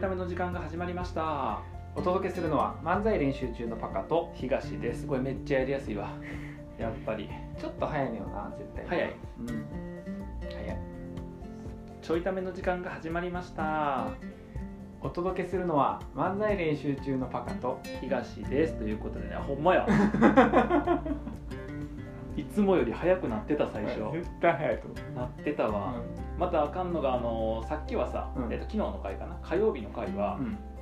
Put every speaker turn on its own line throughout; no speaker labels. ための時間が始まりました
お届けするのは漫才練習中のパカと
東ですこれめっちゃやりやすいわやっぱり
ちょっと早いのよな絶対
早い、
うん、早い
ちょいための時間が始まりました
お届けするのは漫才練習中のパカと
東ですということでねほんま やいつもより早くなってた最初
対早いと思
なってたわ、またあかんのがあのさっきはさ、
うん
えっと昨日の回かな火曜日の回は、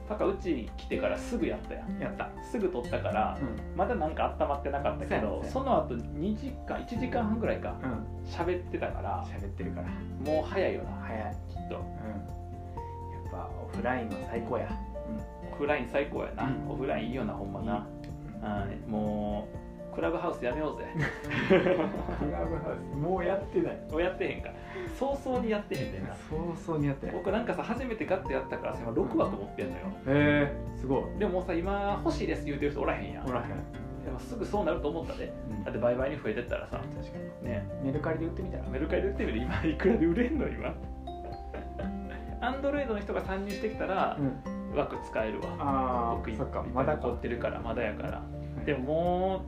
パカうちに来てからすぐやったやん
うん、やった、
すぐ撮ったから
うん
まだなんか温まってなかったけど
そうやね
その後2時間1時間半ぐらいか
うん、
喋ってたから
喋ってるから
もう早いよな
早い、
きっと
うん、やっぱオフラインは最高や
オフライン最高やな、
うん
オフラインいいよなほんまな、
うん
はいもうクラブハウスやめようぜ
クラブハウスもうやってない
もうやってへんか早々にやってへんねんな
早々にやってないへ
僕なんかさ初めてガッてやったからさ今6枠持ってんのよ
えすごい
でもさ今欲しいです言うてる人おらへんやん
ほ
で
らへん、
もすぐそうなると思ったでだって売買に増えてったらさ
確かに
ね
メルカリで売ってみたら
メルカリで売ってみる今いくらで売れんの今アンドロイドの人が参入してきたら
うん
枠使えるわ
あ
僕
あ
いっ
そ
ぱ
っか
い
まだ
残
こ
ってるからまだやから
はい
でもも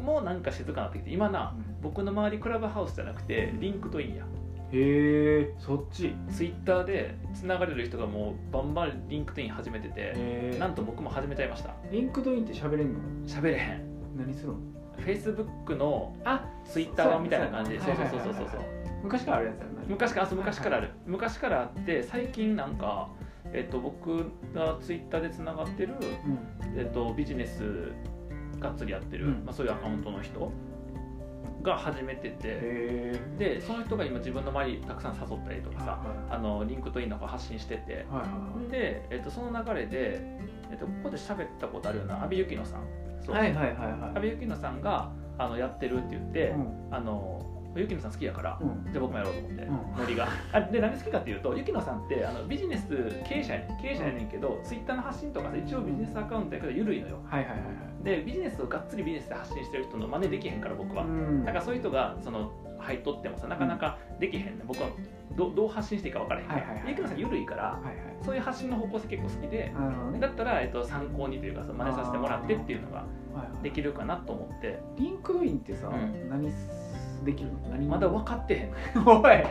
うもうなんか静かになってきて今な僕の周りクラブハウスじゃなくてリンクトインや
へえそっち
ツイッターでつながれる人がもうバンバンリンクトイン始めてて
へえ
なんと僕も始めちゃいました
リンクドインって喋れんの
喋れへん
何するの
Facebook の
あ
ツイッターみたいな感じでそ
そう
う
や
そう
ね
そうそうそうそう
昔からあるやつやんな
昔からあそう昔からある昔からあって最近なんかえっと僕がツイッターでつながってる
うん
えっとビジネスがっつりやってる
うん
まあそういうアカウントの人が始めてて
へえ
でその人が今自分の周りたくさん誘ったりとかさあのリンクトインの方発信してて
はいは
で、えっと、その流れで、えっと、ここで喋ったことあるような阿部由紀乃さんそう、
いはいはいはい
阿
はい
部由紀乃さんがあのやってるって言って、
うん
あの由紀乃さん好きやから
う。ん
じゃあ僕もやろうと思って、
うん
ノリがあで何好きかっていうとゆきのさんってあのビジネス経営者やねん経営者やねんけど、ツイッターの発信とかさ一応ビジネスアカウントやけど緩いのよ
はいはいはいはい
でビジネスをがっつりビジネスで発信してる人の真似できへんから僕は、
うん
だからそういう人がその入っとってもさなかなかできへんねん僕はどどう発信していいか分からへんから、
はいはいはい
ゆきのさん緩いから
はいはい
そういう発信の方向性結構好きで、
なるほどね
だったら、えっと、参考にというかその真似させてもらってっていうのが
はいはい
できるかなと思って
リンクドインってさ
うん
何すできるの何
まだ分かってへんねん
おい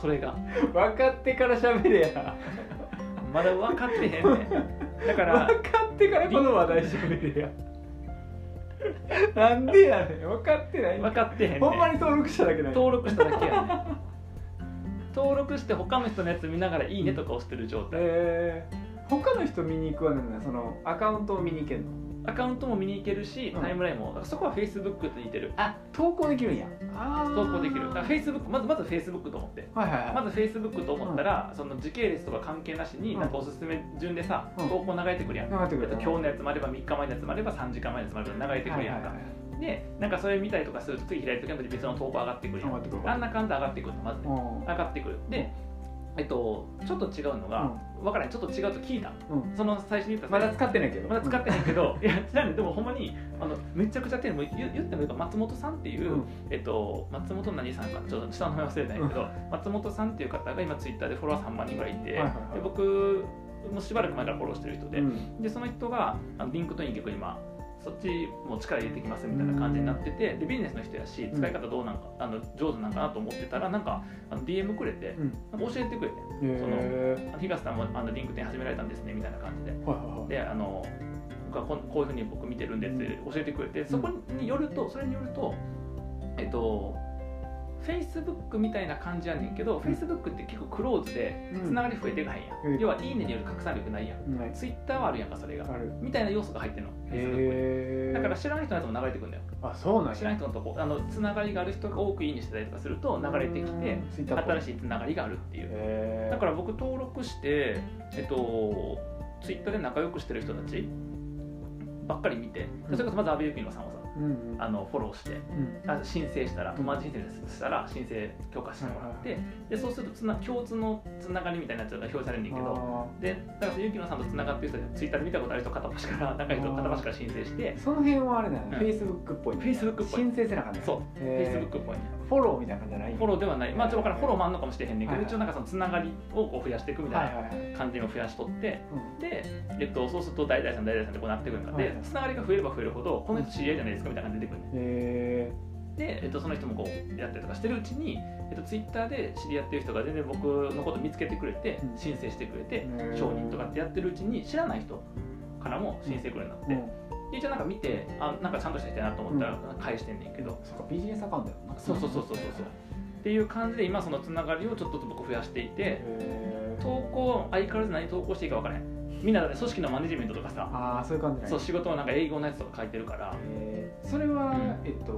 それが
分かってから喋れや
まだ分かってへんねんだから
分かってからこの話題喋れやなんでやねん分かってない
分かってへんねん
ほんまに登録しただけない
登録しただけやね登録して他の人のやつ見ながら「いいね」とか押してる状態、
えー、他の人見に行くわねんなそのアカウントを見に行けるの
アカウントも見に行けるし
うん
タイムラインも、そこは Facebook と似てる
あ投稿できるんやあー
投稿できるだから Facebook まずまず Facebook と思って
はいはいはい、
まず Facebook と思ったら、その時系列とか関係なしに、
うん
なんかおすすめ順でさ、
うん
投稿流れてくるやん、
流れてく
え
る
っと今日のやつもあれば3日前のやつもあれば3時間前のやつもあれば流れてくるやんか、
はいはい
でなんかそれ見たりとかすると次開いた時に別の投稿上がってくるや
はい、
ん
待ってくる
あんな感じで上がってくるのまずね
うん
上がってくるでえっとちょっと違うのが、分からへんちょっと違うと聞いた
うん
その最初に言った
まだ使ってないけど
まだ使って
な
ないけど、いや、なんで、でも、ほんまに、あの、めちゃくちゃ手、もう言言ってもいいか、松本さんっていう、
うん
えっと、松本何さんか、ちょっと下の名前忘れないけど、松本さんっていう方が今、ツイッターでフォロワー3万人ぐらいいて、
はいはいはい
で僕もしばらく前からフォローしてる人で、
うん
で、その人が、あのリンクトイン結構今、そっちも力入れてきますみたいな感じになってて、でビジネスの人やし使い方どうなんか、あの上手なんかなと思ってたらなんかあの DM くれて
うん
なんか教えてくれて
へ
あの東さんもあのリンクトイン始められたんですねみたいな感じで
ーはいはいはい
であの僕はこんこういうふうに僕見てるんですって教えてくれてそこによるとそれによるとえっと Facebook みたいな感じやねんけど、Facebook って結構クローズで
うん
つながり増えていかへんやん、
うん
要はいいねによる拡散力ないやん
ない
Twitter はあるやんかそれが
ある
みたいな要素が入ってるの Facebook に
へえ
だから知らない人のやつも流れてくるんだよ
あそうなんや
知らない人のとこあのつながりがある人が多くいいねしてたりとかすると流れてきて
ツイッター
新
い
しいつながりがあるっていう
へー
だから僕登録してえっとツイッターで仲良くしてる人たちばっかり見て、で
うん
それこそまず阿部由紀乃さんをさ
うんうん
あのフォローして
うん
あ申請したら友達申請したら申請許可してもらって、でそうするとつな共通のつながりみたいなやつが表示されるんだけど
あ
でだから由紀乃さんとつながってる人でツイッターで見たことある人片っ端から仲いい人片っ端から申請して
ーその辺はあれだよね、
うん
Facebook っぽいね
Facebook っぽい
申請せなあかんね
そう Facebook っぽいね
フォローみたいな感じじゃない
フォローではないまあちょっと分からんフォローもあんのかもしれへんねんけど、
はい
一応なんかそのつながりをこう増やしていくみたい
はいはいはい
な感じを増やしとって
うん
で、えっと、そうすると代々さん代々さんってこうなってくるの
は
で
い
つながりが増えれば増えるほどこの人知り合いじゃないですかみたいな感じで出てくるね
へ
で、えっと、その人もこうやったりとかしてるうちに、えっと、ツイッターで知り合ってる人が全然僕のこと見つけてくれて
うん
申請してくれて
うん
承認とかってやってるうちに知らない人からも申請くれるよう
え
になってで一応なんか見てあなんかちゃんとした人やなと思ったら返してんねんけど
そっか BGS アカウントやもんな
そうそうそうそうそうそうっていう感じで今そのつながりをちょっとずつ僕増やしていて
へー
投稿相変わらず何投稿していいか分からへんみんなだって組織のマネジメントとかさ
ああそういう感じなんや
そう仕事のなんか営業のやつとか書いてるから
へーそれは、
うん
えっと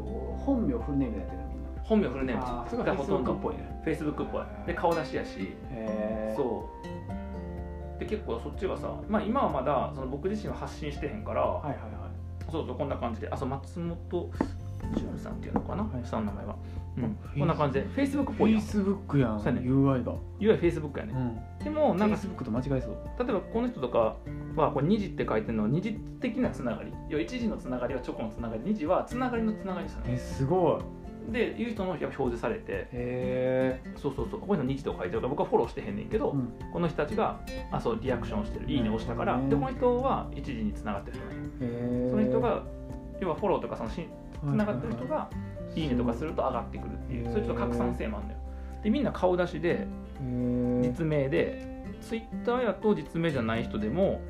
本名フルネームでやってるのみんな
本名フルネーム
あーそれ
が
が
ほ
ほ
と
と
ん
ん
ど
どっぽいね
Facebook っぽいで顔出しやし
へー
そうで結構そっちがさ、まあ、今はまだその僕自身は発信してへんから、
はいはいはい
そうそうこんな感じであそう松本潤さんっていうのかな、
はい
下の名前は、うん、
Facebook
こんな感じで Facebook っぽいやんいわ
Facebook やん
そうやね
UI が
ゆる Facebook やね、でもなんか
Facebook と間違えそう
例えばこの人とかはこれ2時って書いてるのは2時的なつながり要は1時のつながりはチョコのつながり2時はつながりのつながりですよね
えすごい
でいう人のやっぱ表示されて
へえ
そうそうそうこういうの2時とか書いてるから僕はフォローしてへんねんけど、
うん
この人たちがあそうリアクションしてるいいね押したから、
うん
でこの人は1時につながってる人ね
へー
その人が要はフォローとかそのしつながってる人
はいはい
がいいねとかすると上がってくるっていう
そう
そういうちょっと拡散性もあるのよでみんな顔出しで
はいへー
実名でツイッターやと実名じゃない人でも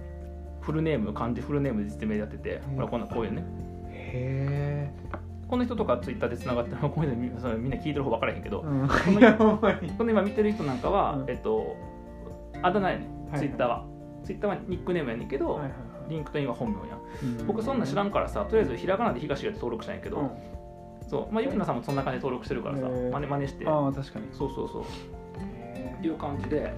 フルネーム漢字フルネームで実名でやってて
うん
ほらこんなこういうね
へ
この人とかツイッターでつながってるのこういうのみそれみんな聞いてる方分からへんけど
えいやほんまに
この今見てる人なんかは
うん
えっとあだ名やね
はい
ツイッターはツイッターはニックネームやねんけど
はいはいはい
リンクトインは本名やん
うん
僕そんなん知らんからさとりあえずひらがなで東がって登録したんやけ
うん
どそうまあゆきなさんもそんな感じで登録してるからさ
へー
真似真似して
ああ確かに
そうそうそう
へ
っていう感じで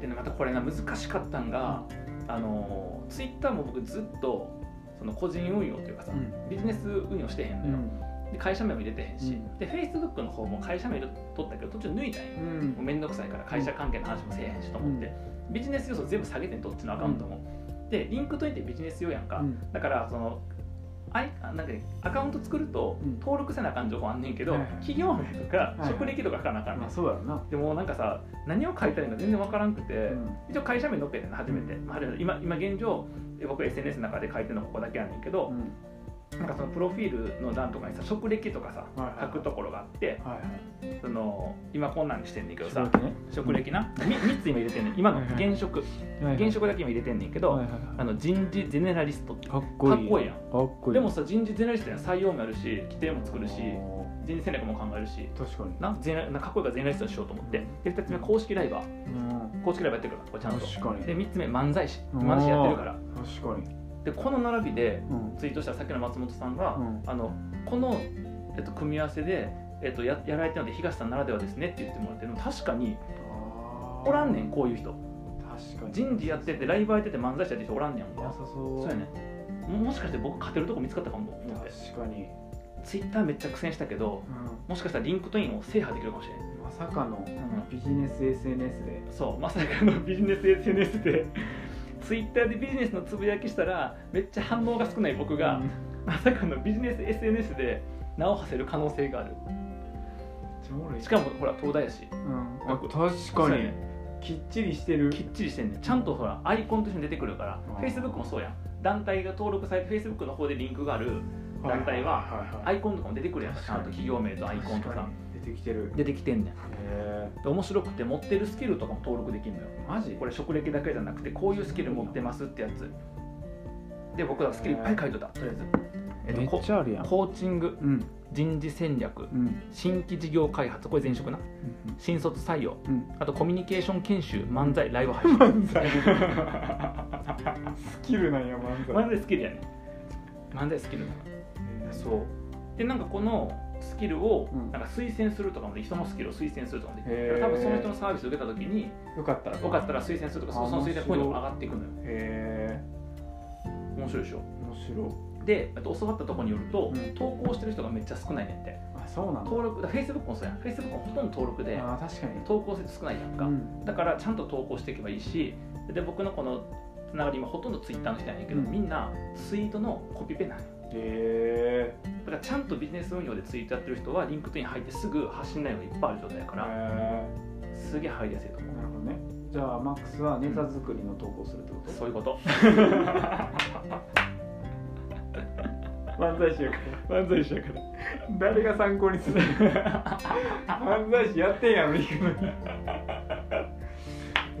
でねまたこれな難しかったんが、あのツイッターも僕ずっとその個人運用というかさ、
うん
ビジネス運用してへん
う
のよ、
ん
で会社名も入れてへんし、
うん
で Facebook の方も会社名入れとったけど途中抜いたんよ、も
う
うんめんどくさいから会社関係の話もせえへんしと思って、ビジネス要素全部下げてんどっちのアカウントも、でリンクといてビジネス用やんか、
うん
だからそのあいあなんかねアカウント作ると
うん
登録せなあかん情報あんねんけど、
はいはい
企業名とか
はいはい
職歴とか書かなあかんねん
まあそうやろな
でもなんかさ何を書いたらいいのか全然わからんくて、
うん
一応会社名載っけてんの初めて、まあ、初めて今今現状え僕 SNS の中で書いてるのここだけやねんけど、
うん
なんかそのプロフィールの欄とかにさ職歴とかさ、
はいはい
書くところがあって
はいはい
その今こんなんにしてんねんけど
そう
さ
だね
職歴な、み3つ今入れてんねん今の
はいはい
現職、
はいはい
現職だけ今入れてんねんけど、
はいはいはい
あの人事ゼネラリストってか
かっ
っ
こいい
こいいやん
かっこいい
でもさ人事ゼネラリストには採用もあるし規定も作るし
あ
人事戦略も考えるし
ー確かに
なゼネラなんかかっこいいからゼネラリストにしようと思って、で2つ目公式ライバー
うん
公式ライブやってるからこれちゃんと
確かに
で3つ目漫才師
うん
漫才師やってるから
確かに
でこの並びで
うん
ツイートしたさっきの松本さんが、
うん
あのこの、えっと、組み合わせで、えっと、ややられてるので東さんならではですねって言ってもらってでも確かに
あー
おらんねんこういう人
確かに
人事やっててライブやってて漫才師やってる人おらんねん
な
か
さそう
そうやねももしかして僕勝てるとこ見つかったかも思って
確かに、
ツイッターめっちゃ苦戦したけどもしかしたらリンクトインを制覇できるかもしれない、
まさかの
うん
ビジネス SNS で
そうまさかのビジネス SNS で ツイッターでビジネスのつぶやきしたらめっちゃ反応が少ない僕が、
うんめっ
まさかのビジネス SNS で名を馳せる可能性がある
ちゃおもろい
しかもほら東大やし
うん、
な
あ
んか
確
そう
か
や
に、
ね
きっちりしてる
きっちりしてんねちゃんとほらアイコンとして出てくるから
うん
Facebook もそうやん団体が登録されて Facebook の方でリンクがある団体はア
い
イコンとかも出てくるやんかちゃんと企業名とアイコンと
確
か
に出てきてる
出てきてんねん
へ
で面白くて持ってるスキルとかも登録できるのよ
えマジ
これ職歴だけじゃなくてこういうスキル持ってますってやつで僕はスキルいっぱい書いとったとりあえず、えっと、こ
ゃあるや
コーチング
うん
人事戦略
うん
新規事業開発これ前職な新卒採用
うん
あとコミュニケーション研修漫才ライブ配信
漫 才スキルなんや漫才
漫才スキルやね漫才スキルなのそうでなんかこのスキルを
うん
なんか推薦するとかもでき人のスキルを推薦するとかもでき
へー
だから多分その人のサービスを受けた時に
よかったら
よかったら推薦するとかそ
あ
の推薦こういうのが上
面白い
がっていくのよ
へえ
面白いでしょ
面白い
であと教わったところによると、
うん
投稿してる人がめっちゃ少ないねんって
あそうなんだ
登録だ Facebook もそうやん Facebook もほとんど登録で
あー確かに
投稿数少ないやんか、
うん
だからちゃんと投稿していけばいいしで僕のこのつながり今ほとんど Twitter の人やねんけど、
うん
みんなツイートのコピペなんよ
え
だからちゃんとビジネス運用でツイートやってる人はリンクトイン入ってすぐ発信内容がいっぱいある状態だか
ー、
ら、
え
すげえ入りやすいと思
ー、なるほどねじゃあマックスはネタ作りの投稿をするってこ
うそういうこと
と、漫才師やか
漫才師やから
誰が参考にする漫才師やってんやろリクのに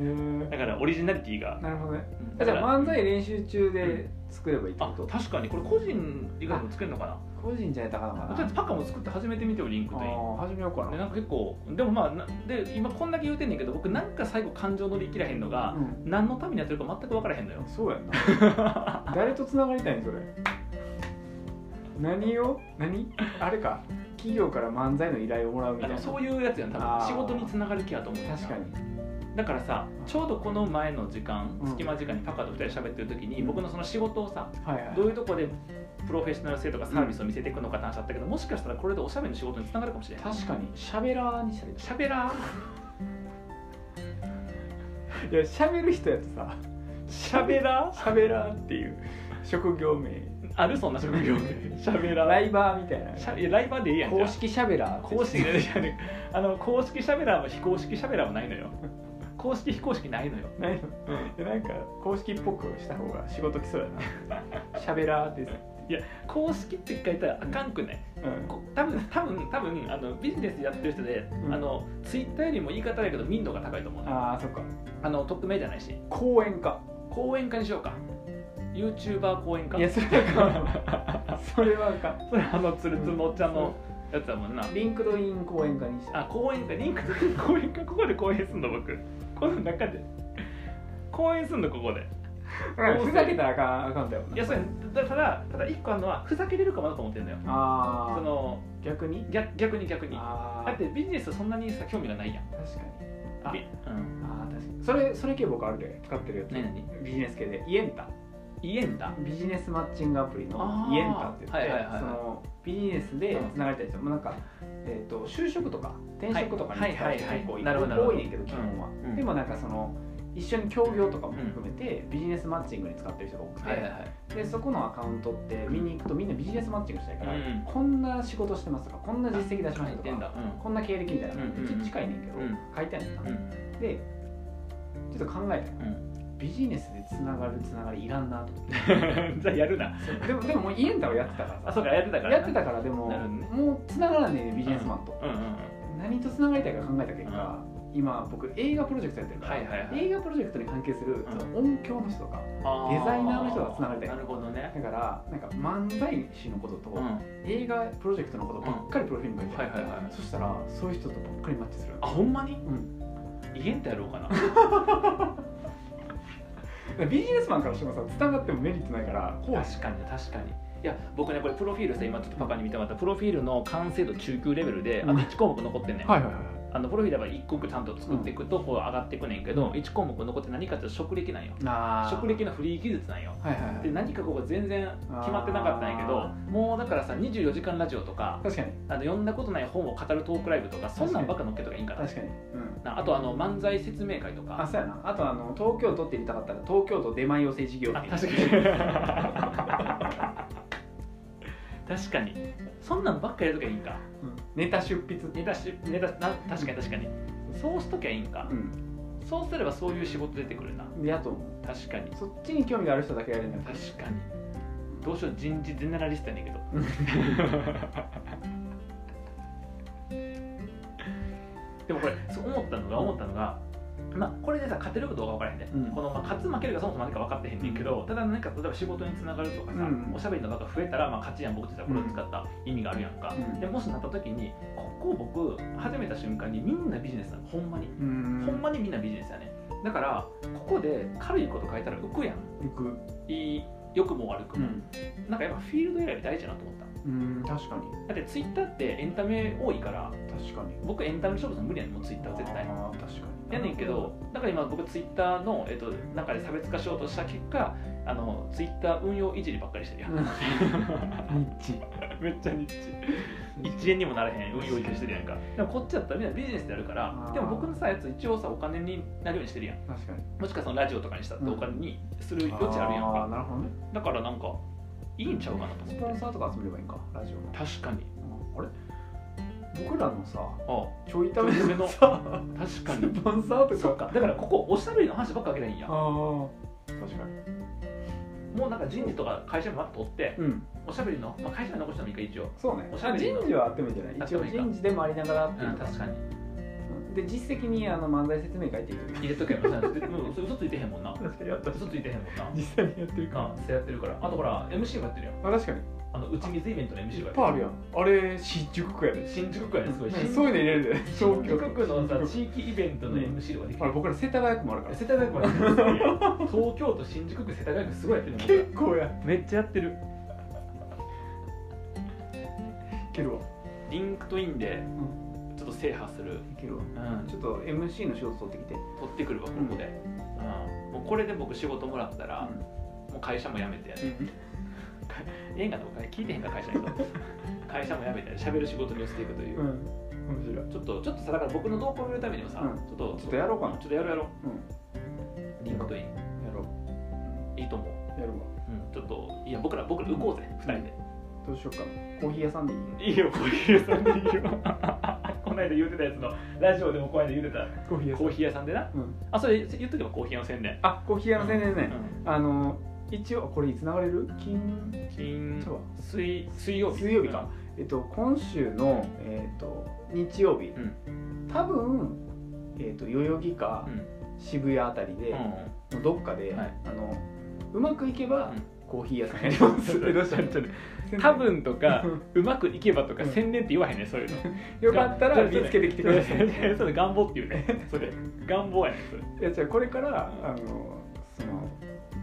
えー、
だからオリジナリティが
なるほどね
うんだ
あじ
か
ゃ
ら
あ漫才練習中で作ればいいって
あ
こと
確かにこれ個人以外でも作れるのか
個人じゃネタかなか
な
な
とりあえずパカも作って始めてみてよリンクトイン
ああ始めようかな
でなんか結構でもまあなで今こんだけ言うてんねんけど僕なんか最後感情乗り切らへんのが
うん
何のためにやってるか全く分からへんのよ
そうやんな 誰とつながりたいんそれ何を何あれか企業から漫才の依頼をもらうみた
あ
い
の
な
そういうやつやん多分
あー
仕事につながる気やと思うねんな
確かに
だからさちょうどこの前の時間
うん
隙間時間にパカと2人喋ってる時に
うん
僕のその仕事をさ
はいはい
どういうとこでプロフェッショナル性とかサービスを見せていくのかって話だったけどもしかしたらこれでおしゃべりの仕事につながるかもしれない
確かにしゃべらーにしたり
しゃべらー
いやしゃべる人やとさ
しゃべら
しゃべらーっていう職業名
ーあるそんな職業しゃべら
ラ
ー
イバーみたいな
しゃいやライバーでいいやんじゃ
公
あ
式しゃべらー
公式でじゃねあの公式シャベラーも非公式シャベラーもないのよ公式非公式ないのよ、
ないのいやなんか公式っぽくした方が仕事来そうや なしゃべらーです
公式って書いたらあかんくない
うん
こ多分多分多分あのビジネスやってる人で、
うん
あのツイッターよりも言い方だけど民度が高いと思うあ
ああそっか
の匿名じゃないし
講演か
講演家にしようか YouTuber 講演家
いやそれはあかん それはあかん
それあのつるつるのおっちゃんのやつだもんな
リンクドイン講演家にした
あ講演家リンクトイン講演家ここで講演すんの僕この中で講演すんのここで
うんふざけたらあかんあかんだよ
いやそれだただただ一個あるのはふざけれるかもなと思ってるのよ
ああ
その
逆に
逆逆に逆にだ
ああ
ってビジネスそんなにさ興味がないやん
確かにあ
びうん
あー確かにそれそれ系僕あるで使ってるやつ
何何
ビジネス系でイエンタ
言えんだ
ビジネスマッチングアプリの
あー
イエンタって言って、
はいはいはいはい
そのビジネスでつながりたい人もうなんか、えー、と就職とか転職とかに使う人結構
はいいはいはいなるほどなるほ
多
ど
いねんけど基本は、
うん
でもなんかその一緒に協業とかも含めて、ビジネスマッチングに使ってる人が多くて、
い
でそこのアカウントって見に行くとみんなビジネスマッチングしたいから、
うん
こんな仕事してますとかこんな実績出しま
入
し
ったて
と
ん
か
だう
こんな経歴みたいな
うんうんうん
近いねんけど、
うん
書いてあるんだ
んう
な、
ん
でちょっと考
う
えたら
ん
ビジネスでつながるつながりいらんなと 思って
じゃあやるな
でもでももうイエンタをやってたからさ
あそうかやってたから
やってたからでも、
なるほどね
もうつながらんねんねビジネスマンと、
うんうんうん
何とつながりたいか考えた結果、今僕映画プロジェクトやってるから、
はいはいはい
映画プロジェクトに関係する、
うん
その音響の人とか
あ
デザイナーの人が繋がりたい
なるほどね
だからなんか漫才師のことと、
うんは
映画プロジェクトのことばっかりプロフィールに書い
いは
てあ
い
る、
はい
そしたらそういう人とばっかりマッチする
あほんまに
うん、
言えんとやろうかな
ビジネスマンからしてもさ繋がってもメリットないからこう
確かに確かにいや僕ねこれプロフィールさ今ちょっとパパに見てもらったプロフィールの完成度中級レベルであと1項目残ってんねん
はいはいはい
あのプロフィールは1個ちゃんと作っていくとこう上がっていくねんけど、
うん
1項目残って何かっていうと職歴なんよ
あー
職歴のフリー技術なんよ
はいはいは
で
い
何かここ全然決まってなかったんやけど
あ
もうだからさ24時間ラジオとか
確かに
あの読んだことない本を語るトークライブとかそんなんばっか載っけとかいいんかな
確かにうん
なあとあの漫才説明会と
あ
か
そうやなあとあの東京都って入れたかったら東京都出前寄せ事業
あ
って
確かに確かに そんなんばっかやるときゃいいんか
うんネタ出筆
ネタしネタな確かに確かにそうしときゃいいんか
うん
そうすればそういう仕事出てくるな
でやと思う
確かに
そっちに興味がある人だけやるんだよ
確かにどうしよう人事ゼネラリストやねんけどでもこれそう思ったのが思ったのがまあこれでさ勝てるかどうか分からへん ね、
うん
この、まあ、勝つ負けるがそもそも何か分かってへんねんけどただ何か例えば仕事につながるとかさ、
うん
おしゃべりの場が増えたら、まあ、勝ちやん僕ってさこれを使った意味があるやんか、
うん
でもしなった時にここを僕始めた瞬間にみんなビジネスなのほんまに、
うーん
ほんまにみんなビジネスやねだからここで軽いこと変えたら浮くやん
行く
いい良くも悪く
う
も、
ん
なんかやっぱフィールド選び大事だなと思った
うん確かに
だってツイッターってエンタメ多いから
確かに
僕エンタメ勝負さん無理やねんもうツイッター絶対
あー確かに
やねんけどだから今僕ツイッターの、えっと中で差別化しようとした結果あのツイッター運用いじりばっかりしてるやん、
うんニッチ
めっちゃニッチ1円にもならへん運用いじりしてるやんかでもこっちだったらみんなビジネスでやるか
あ
ら
ー
でも僕のさやつ一応さお金になるようにしてるやん
確かに
もしくはそのラジオとかにしたってお金にする余地あるやん
ー
か
なるほどね
だからなんかいいんちゃうかなと
ス
思
ポ
っ
ン
て
サーとか集めればいいんかラジオの
確かに
あれ僕らのさ
あ
ちょいため
ちょいための
のさ
あ確かに
スポンサーと か
そっかだからここおしゃべりの話ばっかあげないいんや
ああ確かに
もうなんか人事とか会社にバッとおって
うん
おしゃべりの、まあ、会社に残してもいいか一応
そうね
おしゃ
あ
べり
人事はあってもいいんじゃない一応
あってもいいか
人事でもありながらっていううんのが
確かに
で実績にあの漫才説明書いていく
入れとけばさうんそれ嘘ついてへんもんな
確かにやった
嘘ついてへんもんな
実際にやってる
あそれやってるからあとほら MC もやってるやん
あ確かに
あの打ち水イベントの MC
い
が
っぱいあるやんあれ新宿区やで
新宿区やねすごい新
そう
宿
いうの入れるで
新宿区のさ
新宿
地域イベントの MC とかでき
あ
る
れ僕ら世田谷区もあるから
世田谷区まで行ってるんですよ東京都新宿区世田谷区すごいやってる
結構や
めっちゃやってる
いけるわ
リンクトインで
ん
ちょっと制覇する、
いけるわ
うん、
ちょっと MC の仕事取ってきて
取ってくるわここで、うんもうこれで僕仕事もらったら、もう会社も辞めてええんかとか聞いてへんか会 社の人会社も辞めて喋る仕事に寄せていくというう、
ん面白い
ちょっとちょっとさだから僕の動向を見るためにもさ、
うん
ちょっと
ちょっとやろうかな
ちょっとやろうやろ
うん
うリンクトイン
やろ
いいと思う、
うやるわ
うん、ちょっといや僕ら僕ら浮こうぜ、二人で
どうしようかコーヒー屋さんでいい
いいよコーヒー屋さんでいいよ この間言うてたやつのラジオでもこの間言うてた
コーヒー
コーヒー屋さんでな
うん
あそれ言っとけばコーヒー屋の宣伝
あコーヒー屋の宣伝
う
ね
ん
あの一応これいつ流れる金
金
そう
水水曜日
水曜日か、えっと、今週の、えっと、日曜日、多分、えっと、代々木か
うん、
渋谷あたりで、
うん
もうどっかで、
はい
あのうまくいけば、
うん
コーヒー屋さんやります
えどうしたどう多 分とかうまくいけばとか
うん
宣伝って言わへんね そういうの
よかったら見つけてきてください
それ願望っていうねそれ願望やねんそれ
いやじゃあこれからあのその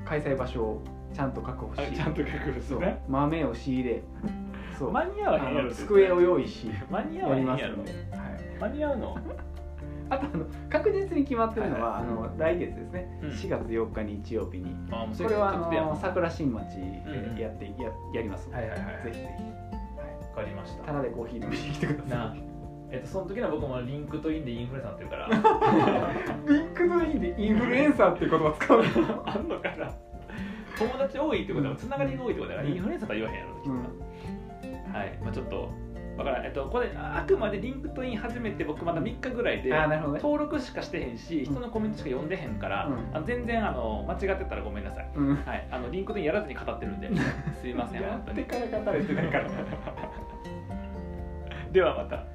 開催場所をちゃんと確保し
あちゃんと書くんです
そう
ね
豆を仕入れそう
間に合わへ
あ
んやろ
の机を用意し
間に合
や
わへ
り
ん
ます
やろ
ので、はい、
間に合うの
あとあの確実に決まってるのは、
はいはい
あの来月ですね、
うん
4月4日日曜日に
あもう
これはあ
確定やも
の
ん
桜新町
うん
でやって、ややりますので、
はいはいはい
ぜひぜ
わかりまし
ひ
た
タダでコーヒー飲みに来てくだ
な
さ
あ
い
えっとその時の僕もリンクトインでインフルエンサーになってるから
リンクドインでインフルエンサーっていう言葉使うの、
あんのかな友達多いってことはつながりが多いってことだから
うん
インフルエンサーとは言わへんやろきっと
う
なんはい、まあ、ちょっとわからん、えっと、これああくまでリンクトイン始めて僕まだ3日ぐらいで
あーなるほどね
登録しかしてへんし人のコメントしか読んでへんから、
うん
あ全然あの間違ってたらごめんなさい、
うん
はい、あのリンクトインやらずに語ってるんですいません
や
本
っ
当
て
に
から語れてないから
ではまた。